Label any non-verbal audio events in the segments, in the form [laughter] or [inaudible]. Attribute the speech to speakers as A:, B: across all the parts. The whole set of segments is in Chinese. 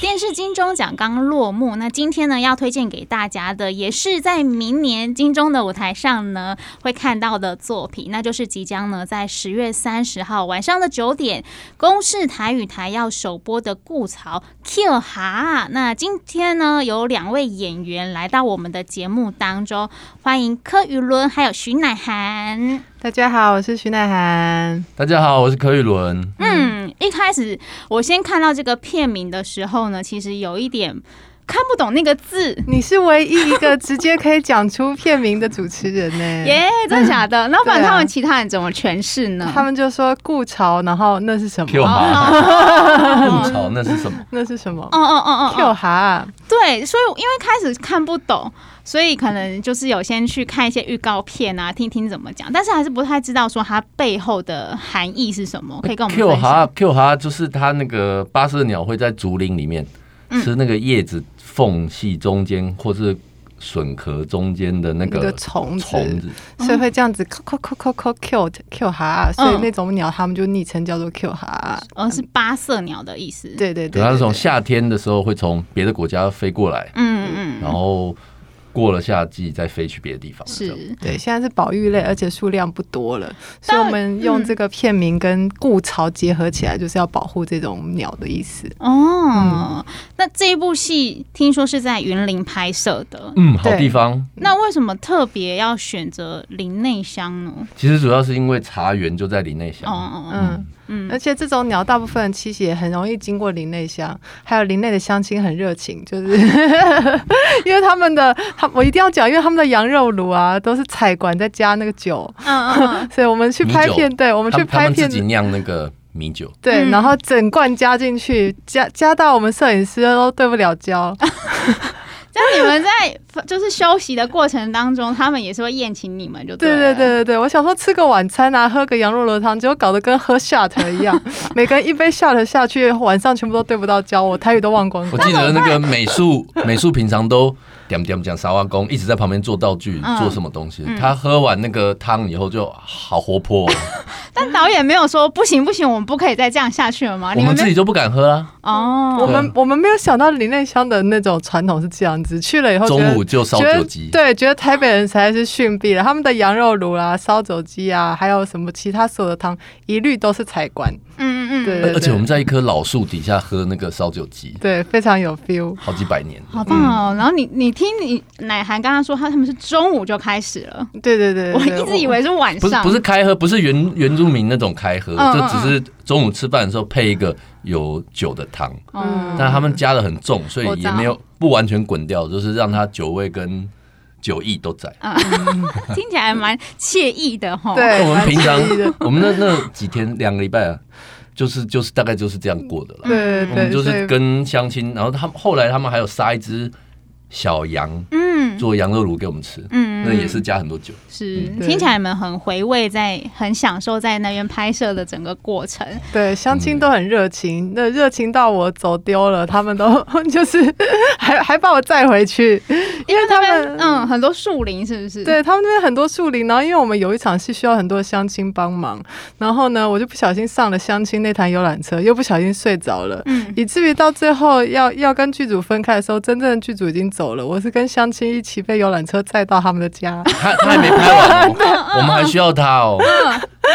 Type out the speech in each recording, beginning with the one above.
A: 电视金钟奖刚落幕，那今天呢要推荐给大家的，也是在明年金钟的舞台上呢会看到的作品，那就是即将呢在十月三十号晚上的九点，公视台语台要首播的《顾曹 Q 哈》。那今天呢有两位演员来到我们的节目当中，欢迎柯宇伦还有徐乃涵。
B: 大家好，我是徐乃涵。
C: 大家好，我是柯
B: [laughs]
C: 宇伦。
A: 嗯，一开始我先看到这个片名的时候呢，其实有一点看不懂那个字。
B: 你是唯一一个直接可以讲出片名的主持人呢、
A: [laughs] 耶、真的假的？那不然
B: 对啊
A: 他们其他人怎么诠释呢？
B: 他们就说顾潮，然后那是什
C: ，Q
B: 么？
C: 哈，
A: 哦
C: 吐槽那是什么？
B: 那是什么
A: 哦哦
B: [laughs]
A: 哦
B: ？Q
A: 哦，
B: 哈，
A: 对，所以因为开始看不懂，所以可能就是有先去看一些预告片啊，听听怎么讲，但是还是不太知道说它背后的含义是什
B: 呃
A: 么，可以跟我们
C: Q
A: 分享。
C: 哈，Q 哈就是它那个八色鸟会在竹林里面
A: 嗯
C: 吃那个叶子缝隙中间或是笋壳中间的那
B: 那
C: 个
B: 个虫子，
C: 虫子。
B: 所以会这样子 Q Q Q Q Q Q Q 哈，所以
A: 嗯
B: 那种鸟他们就昵称叫做 Q 哈。
A: 哦，是八色鸟的意思。，
B: 对对对，
C: 对，它是
B: 对
C: 从夏天的时候会从别的国家飞过来，
A: 嗯嗯嗯，
C: 然后过了夏季再飞去别的地方。这样
A: 是。
B: 对，现在是保育
C: 嗯
B: 类，而且数量不多了，所以
A: 但
B: 我们用
A: 嗯
B: 这个片名跟顾潮结合起来，就是要保护这种鸟的意思。
A: 哦，那这一部戏听说是在云林拍摄的，
C: 嗯，好
B: 对
C: 地方。
A: 那为什么特别要选择林内乡呢？
C: 其实主要是因为茶园就在林内
A: 哦
C: 乡，
A: 哦，哦
B: 嗯，
A: 嗯
B: 而且这种鸟大部分其实也很容易经过林内乡，还有林内的乡亲很热情，就是
A: [laughs]
B: 因为他们的，他我一定要讲，因为他们的羊肉炉啊都是菜馆再加那个
A: [laughs]
B: 酒，
A: 嗯嗯嗯，
B: 所以我们去
C: 米
B: 拍
C: 酒
B: 片，对，我们
C: 他
B: 去
C: 们他
B: 拍
C: 们自
B: 片。
C: 己酿那个米酒。
B: 对，
A: 嗯
B: 然后整罐加进去，加加到我们摄影师都对不了焦。
A: 那你们在 [laughs] 就是休息的过程当中，他们也是会宴请你们就
B: 对
A: [laughs] 对
B: 对
A: 了
B: 对对对，我想说吃个晚餐啊，喝个羊肉炉汤，结果搞得跟喝 shot
A: [laughs]
B: 一样，每个人一杯 shot 下去，晚上全部都对不到焦，我台语都忘光光
C: [laughs] 我。记得那个美术美术平常都点点讲沙瓦工，一直在旁边做道具，
A: 嗯
C: 做什么东西。他喝完那个汤以后就好活泼哦，
A: 但导演没有说不行不行，我们不可以再这样下去了吗？
C: 我
A: 啊你
C: 们自
A: 没
C: 己就不敢喝啊。
B: 我
A: 哦，
B: 们我们没有想到林内乡的那种传统是这样子，去了以后觉得
C: 中午就烧
B: 觉
C: 酒
B: 得
C: 鸡，
B: 对，觉得台北人实在是逊毙了，他们的羊肉炉啦、烧酒鸡啊，还有什么其他所有的汤，一律都是采管，
A: 嗯嗯嗯，
B: 对
C: 而而且我们在一棵老树底下喝那个烧酒鸡，
B: 对，非常有 feel。
C: 好几百年。
A: 好棒哦。然后你你听你奶涵刚刚说，他他们是中午就开始了，
B: 对对对，
A: 我
B: 对
A: 一直以为是晚
C: 不是
A: 上，
C: 不是开喝，不是原原住民那种开喝，
A: 嗯
C: 就
A: 嗯
C: 只是中午吃饭的时候配一个有酒的汤，
A: 哦，
C: 但他们加的很重，所
A: 我
C: 以
A: 知
C: 也
A: 道
C: 没有不完全滚掉，就是让它酒味跟酒意都在。
A: 听起来蛮惬意的哈。
B: 对，
C: 那我们
B: 蛮
C: 平常
B: 惬意的
C: 我们那那几天两个礼拜啊，就是就是大概就是这样过的啦。
B: 对
C: 我
B: 嗯对
C: 们
B: 对，
C: 就
B: 所以
C: 是跟相亲，然后他们后来他们还有杀一只小羊
A: 嗯，
C: 做羊肉炉给我们吃，
A: 嗯
C: 那也是加很多酒。。
A: 是
B: 对
A: 听起来你们很回味在，很享受在那边拍摄的整个过程。
B: 对相亲都很热情，那热情到我走丢了，他们都 [laughs] 就是还还把我载回去，因为他们
A: 嗯，很多树林是不是？，
B: 对他们那边很多树林，然后因为我们有一场戏需要很多乡亲帮忙，然后呢，我就不小心上了乡亲那台游览车，又不小心睡着了，
A: 嗯
B: 以至于到最后要要跟剧组分开的时候，真正的剧组已经走了，我是跟乡亲一起被游览车载到他们的家
C: 他他还没拍完
B: [laughs]
C: 哦，
B: 嗯
C: 我们还需要他哦。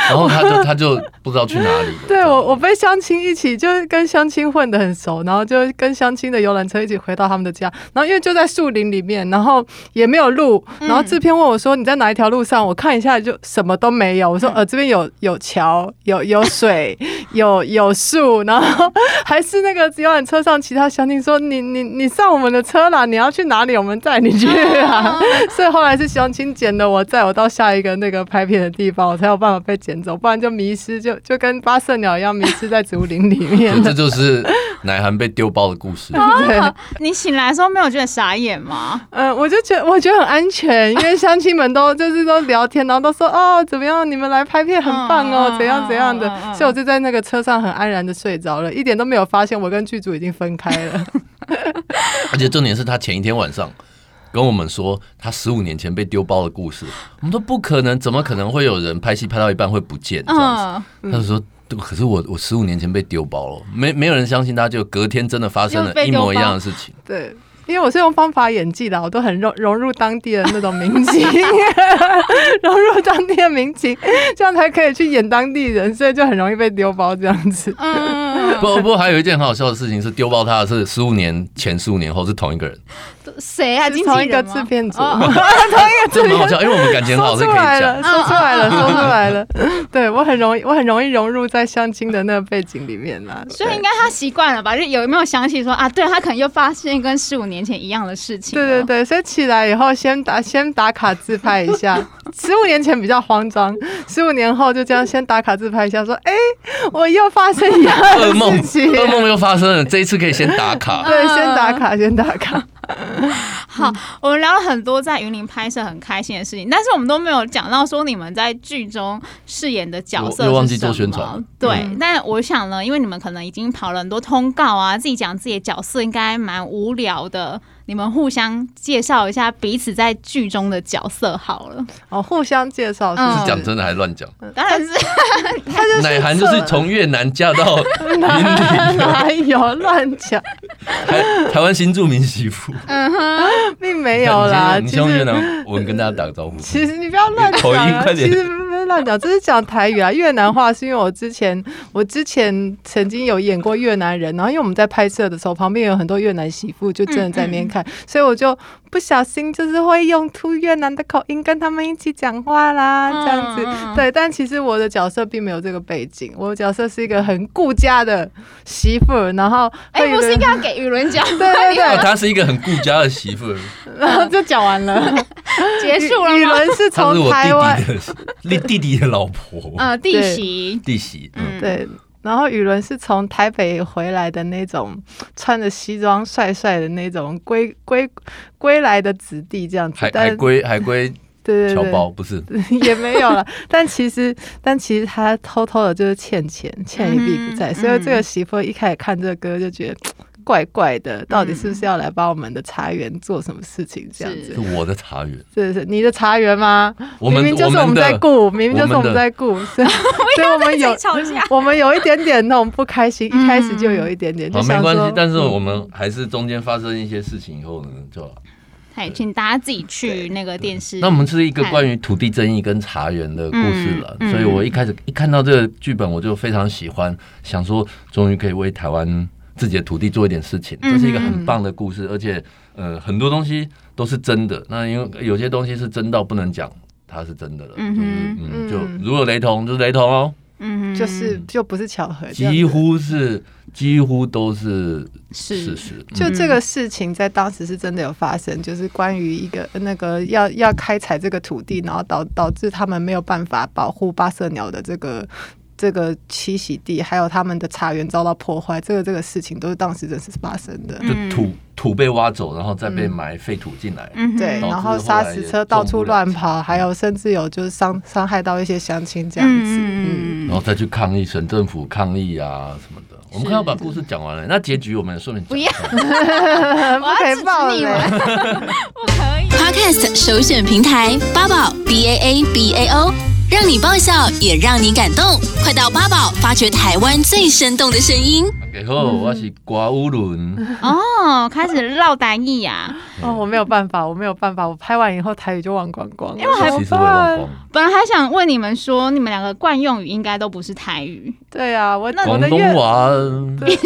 C: 然后他就他就不知道去哪里了。
B: [laughs] 对我，我被乡亲一起，就是跟乡亲混得很熟，然后就跟乡亲的游览车一起回到他们的家。然后因为就在树林里面，然后也没有路，然后制片问我说：“你在哪一条路上？”我看一下就什么都没有。我说：“呃，这边有有桥，有有水，有有树。”然后 [laughs] 还是那个游览车上其他乡亲说：“你你你上我们的车啦，你要去哪里？我们载你去
A: [laughs]
B: 啊。”所以后来是乡亲捡的我，载我到下一个那个拍片的地方，我才有办法被捡走，不然就迷失，就就跟八色鸟一样迷失在竹林里面
A: [laughs]
C: 就这
B: 了。
C: 就是奶涵被丢包的故
B: [laughs]
C: 事。
B: 对，
A: 你醒来的时候没有觉得傻眼吗？
B: 嗯，我就觉得我觉得很安全，因为乡亲们都就是都聊天，然后都说哦怎么样，你们来拍片很棒哦，
A: 嗯
B: 怎样怎样的
A: 嗯嗯嗯，嗯
B: 所以我就在那个车上很安然的睡着了，一点都没有发现我跟剧组已经分开了。
C: 而且重点是他前一天晚上跟我们说，他十五年前被丢包的故事，我们说不可能，怎么可能会有人拍戏拍到一半会不见这样子？
A: 嗯，
C: 他就说。对可是我我十五年前被丢包了，没没有人相信他，就隔天真的发生
A: 又
C: 了
A: 被
C: 一
A: 丢
C: 模一
A: 包
C: 样的事情。
B: 对，因为我是用方法演技的，我都很融融入当地的那种民情， [laughs] 融入当地的民情，这样才可以去演当地人，所以就很容易被丢包这样子。
A: 嗯，
C: 不不过还有一件很好笑的事情是，丢包他的是十五年前、十五年后是同一个人，
A: [laughs] 谁啊？
B: 是
A: 经纪
B: 同一个
A: 人吗
B: 制片组，
C: [laughs]
A: 哦 [laughs]
B: 同一个制
C: 这蛮好
B: 片
C: 笑，因为我们感情很好，
B: 说
C: 所以
B: 出
C: 可以
B: 来
C: 讲
B: 了，。说出来
A: 哦
B: 了，说出来了。 [laughs] 对我很容易，我很容易融入在相亲的那个背景里面啦。
A: 所以
B: 对
A: 应该他习惯了吧？就有没有想起说啊？对他可能又发现跟十五年前一样的事
C: 哦
A: 情了。
B: 对对对，所以起来以后先打 [laughs] 先打卡自拍一下，
C: [laughs]
B: 十五年前比较慌张，十五年后就这样先打卡自拍一下，说哎、我又发生一样
C: [laughs] 噩梦，
B: [laughs] 的事情，
C: 噩梦嗯又发生了。这一次可以先打卡，
B: 对，先打卡，先打卡。
A: 好，我们聊了很多在云林拍摄很开心的事情，但是我们都没有讲到说你们在剧中饰演的角色
C: 又又忘
A: 是
C: 记做
A: 什么
C: 宣传了。嗯
A: 对，但我想呢，因为你们可能已经跑了很多通告啊，自己讲自己的角色应该蛮无聊的。你们互相介绍一下彼此在剧中的角色好了。
B: 哦，互相介绍是不
A: 嗯
B: 是
C: 讲真的还乱讲。
B: 嗯
A: 当然是
B: 他就是
C: 奶涵就是从越南嫁到云
B: 这 [laughs]
C: 林，
B: 哪有乱讲，
C: 台台湾新住民媳妇。
B: 并没有哎啦，
C: 你
B: 其
C: 先用你先用越
B: 实。
C: 南文跟大家打个招呼。
B: 其实你不要乱讲、
C: 口音
B: 啊，
C: 快点
B: 其实不是乱讲，这是讲台语啊。 [laughs] 越南话是因为我之前我之前曾经有演过越南人，然后因为我们在拍摄的时候，旁边有很多越南媳妇，就真的在那边看，所以我就不小心就是会用突越南的口音跟他们一起讲话啦，
A: 嗯
B: 这样子。
A: 嗯
B: 对，但其实我的角色并没有这个背景，我的角色是一个很顾家的媳妇，然后
A: 哎、
B: 会有
A: 不是
B: 人
A: 应该要给雨伦讲
B: 对对
C: 哦，
B: 对，
C: 她是一个很顾家的媳妇，
B: 然
A: [laughs]
B: 后就讲完了，
A: 结束了
B: 雨
A: 吗？
B: 伦是
C: 她是
B: 从
C: 我
B: 台湾。嗯
C: 弟弟的 [laughs] 弟弟弟的老婆，
A: 呃，弟媳，
C: 弟媳。嗯，
B: 对，然后雨伦是从台北回来的那种，穿着西装帅帅的那种归归归来的子弟这样子
C: 海，
B: 但
C: 海龟海龟
B: 对对
C: 侨
B: 对， [laughs]
C: 胞不是
B: 也没有了。但其实，但其实他偷偷的就是欠钱，欠一笔
A: 嗯
B: 不在，所以这
A: 嗯
B: 个媳妇一开始看这个歌就觉得。怪怪的，到底是不是
C: 嗯
B: 要来帮我们的茶园做什么事情？这样
C: 是
B: 子，
C: 我的茶园。
B: 是是你的茶园吗？
C: 我们
B: 明明就是我们
C: 的
B: 在顾，明明就是我
C: 我们
B: 们
C: 的
B: 在顾，所以所以我们有
A: 吵架。 [laughs]
B: [laughs] 我们有一点点那种不开心，
A: 嗯
B: 一开始就有一点点，
C: 好，
B: 就
C: 没
B: 想
C: 关系
B: 说，，嗯
C: 但是我们还是中间发生一些事情以后呢，就
A: 哎，请大家自己去那个电视。
C: 那我们是一个
A: 看
C: 关于土地争议跟茶园的故事了，
A: 嗯嗯
C: 所以我一开始一看到这个剧本，我就非常喜欢，想说终于可以为台湾自己的土地做一点事情，
A: 嗯
C: 这是一个很棒的故事，而且呃很多东西都是真的，那因为有些东西是真到不能讲它是真的了，
A: 嗯哼
C: 就是嗯
B: 嗯
C: 就如果雷同就是雷同哦，
A: 嗯哼，
B: 就是就不是巧
A: 呃
B: 合，这样子
C: 几乎是几乎都是
A: 是
C: 事实，
B: 就这个事情在当时是真的有发生，就是关于一个那个要要开采这个土地，然后导导致他们没有办法保护八色鸟的这个。这个栖息地，还有他们的茶园遭到破坏，这个这个事情都是当时真实发生的。
A: 嗯
C: 就土土被挖走，然后再被埋废土进来，
A: 嗯哼
B: 对，
C: 导致
B: 然后砂石车到处乱跑，还有甚至有就是伤伤害到一些乡亲这样子。嗯
A: 嗯嗯嗯
C: 然后再去抗议省政府抗议啊什么的。我们快要把故事讲完了，那结局我们也顺便讲。
A: 不要
B: 嗯 [laughs] 不可以爆
A: 我要制止你
B: 雷
A: 们。不可以。
D: Podcast 首选平台八宝 B A A B A O，让你爆笑也让你感动。快到八宝发掘台湾最生动的声音。
C: 然后我是瓜乌伦，
A: 嗯哦，开始绕单意呀！
C: 嗯
B: 哦，我没有办法，我没有办法，我拍完以后台语就忘光光了。因
C: 其实我也忘光。
A: 本来还想问你们说，你们两个惯用语应该都不是台语，
B: 对啊，我我
C: 广
B: 的
C: 东
B: 粤
A: [laughs]
C: 话，
B: 对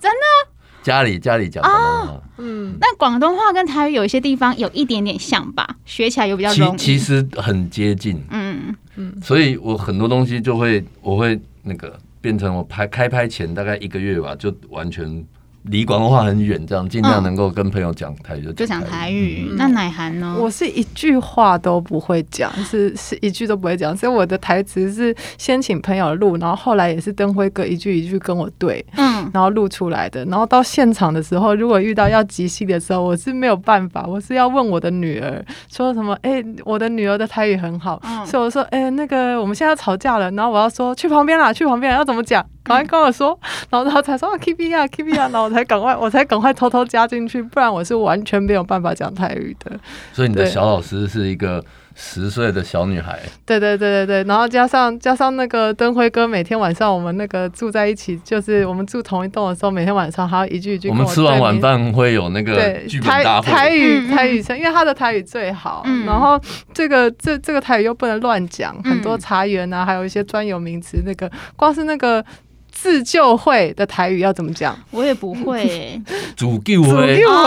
A: 真哦
C: 的。家里家里讲广东话，
B: 嗯，
A: 但广东话跟台语有一些地方有一点点像吧，学起来有比较容
C: 其其
A: 易。
C: 实很接近，
A: 嗯，
C: 所以我很多东西就会我会那个变成我拍开拍前大概一个月吧，就完全离广东话很远，这样尽量能够跟朋友讲台语
A: 嗯
C: 嗯
A: 就
C: 就
A: 讲
C: 讲
A: 台
C: 台
A: 语。那奶涵呢？
B: 我是一句话都不会讲，是是一句都不会讲，所以我的台词是先请朋友录，然后后来也是灯辉哥一句一句跟我对，
A: 嗯，
B: 然后录出来的。然后到现场的时候，如果遇到要即兴的时候，我是没有办法，我是要问我的女儿说什么？哎、我的女儿的台语很好，
A: 嗯
B: 所以我说，哎、那个我们现在要吵架了，然后我要说去旁边啦，去旁边啦要怎么讲？赶快跟我
C: [laughs]
B: 说，然后他才说啊 K B 啊 K B 啊，然后我才赶快我才赶快偷偷加进去，不然我是完全没有办法讲泰语的。
C: 所以你的
B: 对
C: 小老师是一个十岁的小女孩，
B: 对对对对对，然后加上加上那个灯辉哥，每天晚上我们那个住在一起，就是我们住同一栋的时候，每天晚上还要一句一句
C: 我
B: 跟
C: 们吃完
B: 对
C: 晚
B: 明
C: 饭会有那个
B: 对
C: 剧本
B: 台
C: 大
B: 台
C: 会，
B: 语
A: 嗯嗯
B: 台语声，因为他的台语最好，
A: 嗯
B: 然后这个这这个台语又不能乱讲，
A: 嗯
B: 很多茶园啊，还有一些专有名词，那个光是那个。自救会的台语要怎么讲？
A: 我也不会欸、
C: 主救
B: 主
C: 会
B: 救
A: 哦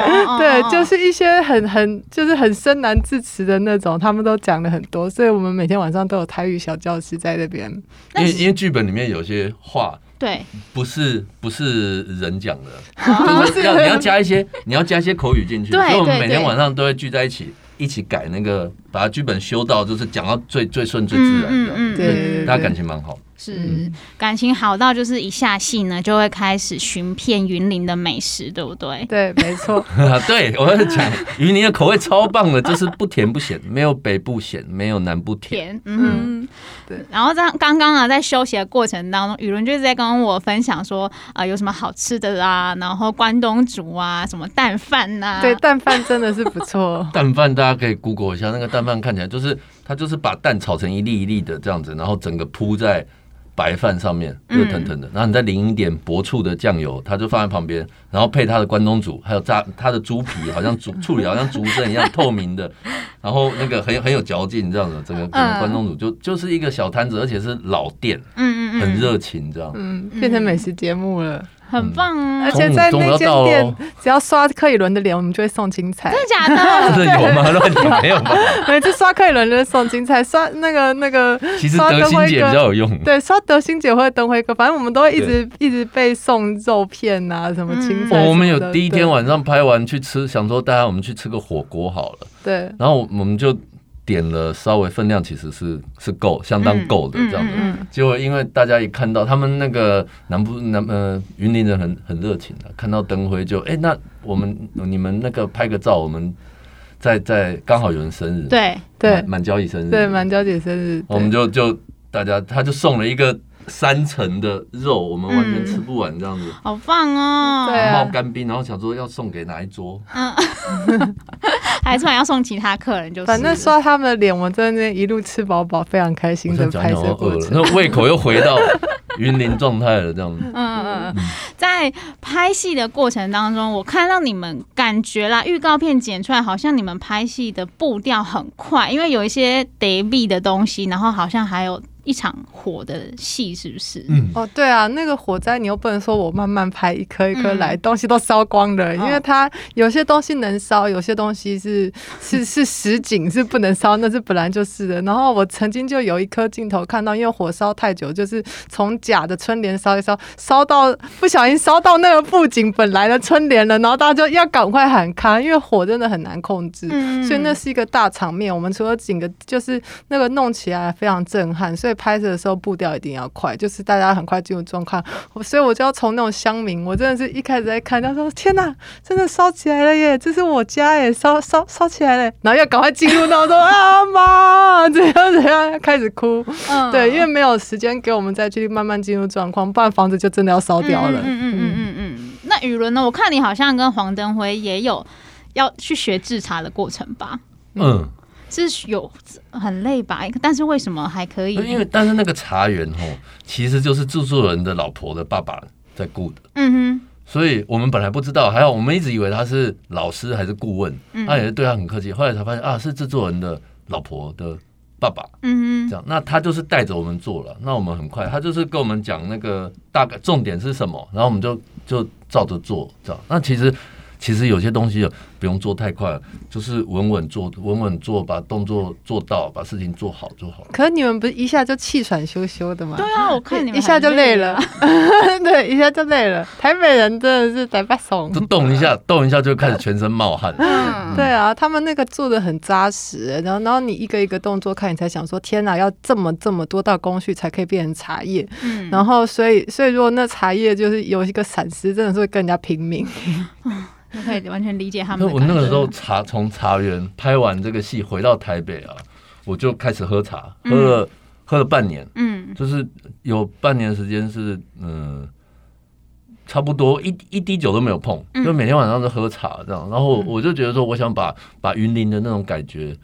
B: 会，
A: 哦
B: 对，
A: 哦
B: 就是一些很很就是很深难字词的那种，他们都讲了很多，所以我们每天晚上都有台语小教室在那边。
C: 因为因为剧本里面有些话
A: 对，
C: 不是不是人讲的，
B: 啊
C: 就是要你要加一些你要加一些口语进去，
A: 对
C: 所以我们
A: 对
C: 每天
A: 对
C: 晚上都会聚在一起，一起改那个，把剧本修到就是讲到最最顺最自
A: 嗯
C: 然
A: 嗯
C: 这样，
A: 嗯，
B: 对对对
C: 大家感情蛮好。 [laughs]
B: 嗯
A: 是感情好到就是一下戏呢就会开始寻遍云林的美食，对不对？
B: 对，没
A: [laughs]
B: 错，
C: 啊对，我要讲云林的口味超棒的，就是不甜不咸，没有北部咸，没有南部甜。
A: 甜，嗯哼，
B: 对。
A: 然后在刚刚啊，在休息的过程当中，雨伦就一直在跟我分享说，啊、有什么好吃的啊，然后关东煮啊，什么蛋饭啊呐、
B: 对，蛋饭真的是不错。
C: 蛋饭大家可以 Google 一下，那个蛋饭看起来就是它就是把蛋炒成一粒一粒的这样子，然后整个铺在白饭上面，热腾腾的。然后你再淋一点薄醋的酱油，它就放在旁边，然后配它的关东煮，还有炸它的猪皮，好像竹处理好像竹荪一样透明的，然后那个很很有嚼劲这样子，整个整个关东煮就就是一个小摊子，而且是老店，
A: 嗯嗯嗯，
C: 很热情这样。
B: 嗯，变成美食节目了，
A: 很棒啊
B: 而！且在那
C: 嗯中午中
B: 间
C: 午要
B: 店
C: 到，
B: 只要刷克以伦的脸，我们就会送金菜。
A: 真的假
B: [laughs]
A: 的？
C: 真的有吗？ [laughs] 乱讲没有吧？
B: 每次刷克以伦就会送金菜，刷那个那个
C: 其实
B: 刷
C: 德
B: 灯
C: 心
B: 辉
C: 姐比较
B: 哥，
C: 有用。
B: 对，刷德心姐或者灯辉哥，反正我们都会一直一直被送肉片啊，什么青菜什么的。
C: 嗯哦我们有第一天
B: 对
C: 晚上拍完去吃，想说大家我们去吃个火锅好了，
B: 对
C: 然后我们就点了稍微分量其实是是够，相当够的这样子。
A: 嗯
C: 结果因为大家一看到他们那个南部南
B: 嗯
C: 呃云林人很很热情的、看到灯辉就哎、那我们你们那个拍个照，我们在在刚好有人生日，
A: 对，
B: 对
C: 满满交易生日，
B: 对，满娇姐生日，
C: 我们
B: 就
C: 就就大家他就送了一个三层的肉，我们完
B: 嗯
C: 全吃不完这样子。
A: 好棒哦！
B: 对啊
C: 冒干冰，然后想说要送给哪一
B: [laughs]
C: 桌，
A: 还是蛮要送其他客人，就是
B: 反正刷他们的脸，我们在那边一路吃饱饱，非常开
C: 我
B: 心
C: 这
B: 的
C: 样讲
B: 拍
C: 讲
B: 摄
C: 我
B: 过
C: 饿了，
B: 程。
C: 那胃口又回到云林状态了，
B: [laughs]
C: 这样。
A: 嗯嗯，嗯，在拍戏的过程当中，我看到你们感觉啦，预告片剪出来好像你们拍戏的步调很快，因为有一些 d a 的东西，然后好像还有一场火的戏，是不是？
C: 嗯，
B: 哦，对啊，那个火灾你又不能说我慢慢拍，一颗一颗来，
A: 嗯
B: 东西都烧光了，因为
A: 哦
B: 它有些东西能烧，有些东西是 [laughs] 是是实景是不能烧，那是本来就是的。然后我曾经就有一颗镜头看到，因为火烧太久，就是从假的春联烧一烧，烧到不小心烧到那个布景本来的春联了，然后大家就要赶快喊卡，因为火真的很难控制，
A: 嗯
B: 所以那是一个大场面。我们除了整个就是那个弄起来非常震撼，所以拍摄的时候步调一定要快，就是大家很快进入状况。我所以我就要从那种乡民，我真的是一开始在看，他说：“天哪，真的烧起来了耶！这是我家耶，烧烧烧起来了！”然后要赶快进入那种啊妈，怎样怎样，开始哭。
A: 嗯
B: 对，因为没有时间给我们再去慢慢进入状况，不然房子就真的要烧掉了。
A: 嗯嗯嗯嗯嗯嗯。那雨伦呢？我看你好像跟黄登辉也有要去学制茶的过程吧？
C: 嗯，
A: 是有很累吧？但是为什么还可以？
C: 嗯因为但是那个茶园哦，其实就是制作人的老婆的爸爸在雇的，
A: 嗯
C: 所以我们本来不知道，还有我们一直以为他是老师还是顾问，
B: 嗯
C: 他也是对他很客气，后来才发现啊，是制作人的老婆的爸爸。
A: 哼嗯
C: 这样，那他就是带着我们做了，那我们很快，他就是跟我们讲那个大概重点是什么，然后我们就就照着做，这样。那其实其实有些东西不用做太快，就是稳稳做，稳稳做，把动作做到，把事情做好就好。
B: 可是你们不是一下就气喘吁吁的吗？
A: 哼，对啊，我看你们
B: 一下就
A: 很
B: 累
A: 啊
B: 了， [laughs] 对，一下就累了。台北人真的是台北怂
C: 就。动一下，动一下就开始全身冒汗。
B: 对啊，他们那个做的很扎实，然后然后你一个一个动作看，你才想说天哪，要这么这么多道工序才可以变成茶叶。
A: 嗯
B: 然后所以所以如果那茶叶就是有一个闪失，真的是会跟人家拼命。
A: 我可以完全理解他们
C: 那
A: 的
C: 我
A: 感
C: 那个
A: 觉
C: 时候茶从茶园拍完这个戏回到台北啊，我就开始喝茶，喝了、喝了半年，
A: 嗯，嗯，
C: 就是有半年时间是嗯、呃差不多一一滴酒都没有碰，
A: 嗯
C: 就每天晚上都喝茶这样。然后我就觉得说，我想把把云林的那种感觉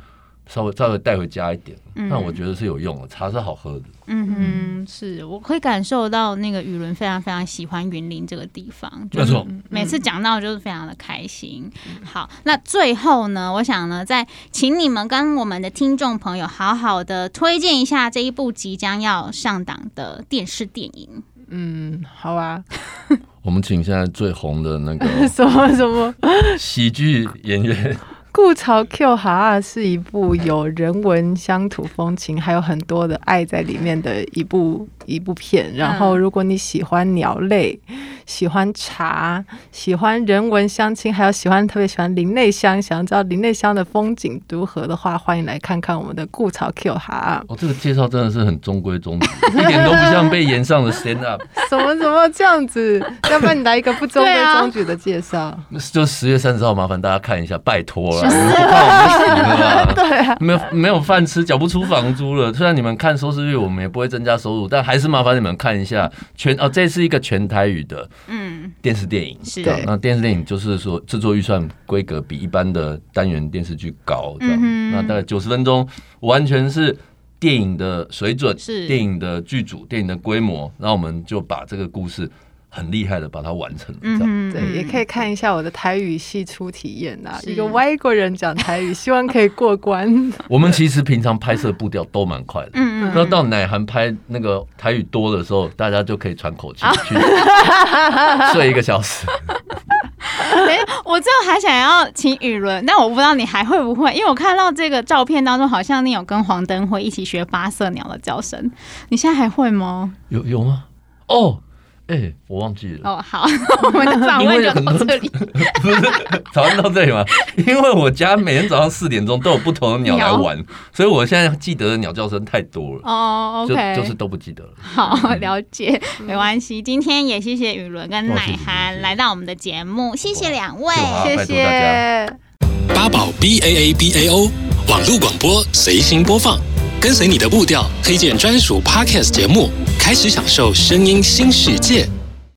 C: 稍微稍微带回家一点，
A: 嗯
C: 那我觉得是有用的，茶是好喝的。
A: 嗯哼，是我可以感受到那个雨伦非常非常喜欢云林这个地方，就
C: 没错，
A: 每次讲到就是非常的开心。好，那最后呢，我想呢，再请你们跟我们的听众朋友好好的推荐一下这一部即将要上档的电视电影。
B: 嗯，好啊， [laughs]
C: 我们请现在最红的那
A: [laughs]
C: 个
B: 什么什么。
C: 喜剧演员，
B: 顾潮 Q 哈啊是一部有人文乡土风情，还有很多的爱在里面的一部一部片。然
A: 嗯
B: 后，如果你喜欢鸟类，喜欢茶，喜欢人文乡亲，还有喜欢特别喜欢林内乡，想要知道林内乡的风景如何的话，欢迎来看看我们的顾潮 Q 哈啊。
A: [laughs]
C: 哦，这个介绍真的是很中规中矩，一点都不像被延上的 stand up。
B: 怎么怎么这样子？要不然你来一个不中
A: [laughs] 对
B: 规
A: 啊
B: 中矩的介绍。
C: 就十月三十号，麻烦大家看一下，拜托了，你们不怕我们死了吧？对 [laughs] 啊，没有没有饭吃，缴不出房租了。虽然你们看收视率，我们也不会增加收入，但还是麻烦你们看一下全哦，这是一个全台语的
A: 嗯，
C: 电视电影。
A: 是
C: 这样
B: 对
C: 那电视电影就是说制作预算规格比一般的单元电视剧高，这样，
A: 嗯哼
C: 那大概九十分钟，完全是电影的水准，
A: 是
C: 电影的剧组、电影的规模，那我们就把这个故事很厉害的把它完成了，这
A: 嗯
C: 样。
A: 哼，
B: 对，
A: 嗯
B: 也可以看一下我的台语系初体验啊，
A: 是
B: 一个外国人讲台语，希望可以过关。
C: 我们其实平常拍摄步调都蛮快的，
A: 嗯嗯
C: 那到奶涵拍那个台语多的时候，大家就可以喘口气去
A: 嗯 [laughs]
C: 睡一个小时。
A: 没有，我最后还想要请雨伦，但我不知道你还会不会，因为我看到这个照片当中，好像你有跟黄灯辉一起学八色鸟的叫声，你现在还会吗？
C: 有有吗？哦，哎、我忘记了。
A: 哦，好， [laughs] 我们的访问就到这里。
C: 不是， [laughs] 早上到这里吗？因为我家每天早上四点钟都有不同的鸟来玩，所以我现在记得的鸟叫声太多了，
A: [laughs]
C: [laughs]
A: 哦，OK，
C: 就就是都不记得了。
A: 好了解，没关系。今天也谢谢雨伦跟
C: 哦
A: 奶
C: 谢谢谢
A: 涵
C: 谢
A: 来到我们的节目，谢谢两位。
C: 好啊
B: 谢
C: 拜托大
B: 谢
C: 家。
E: 八宝 B A A B A O 网络广播随心播放，跟随你的步调，推荐专属 Podcast 节目，开始享受声音新世界。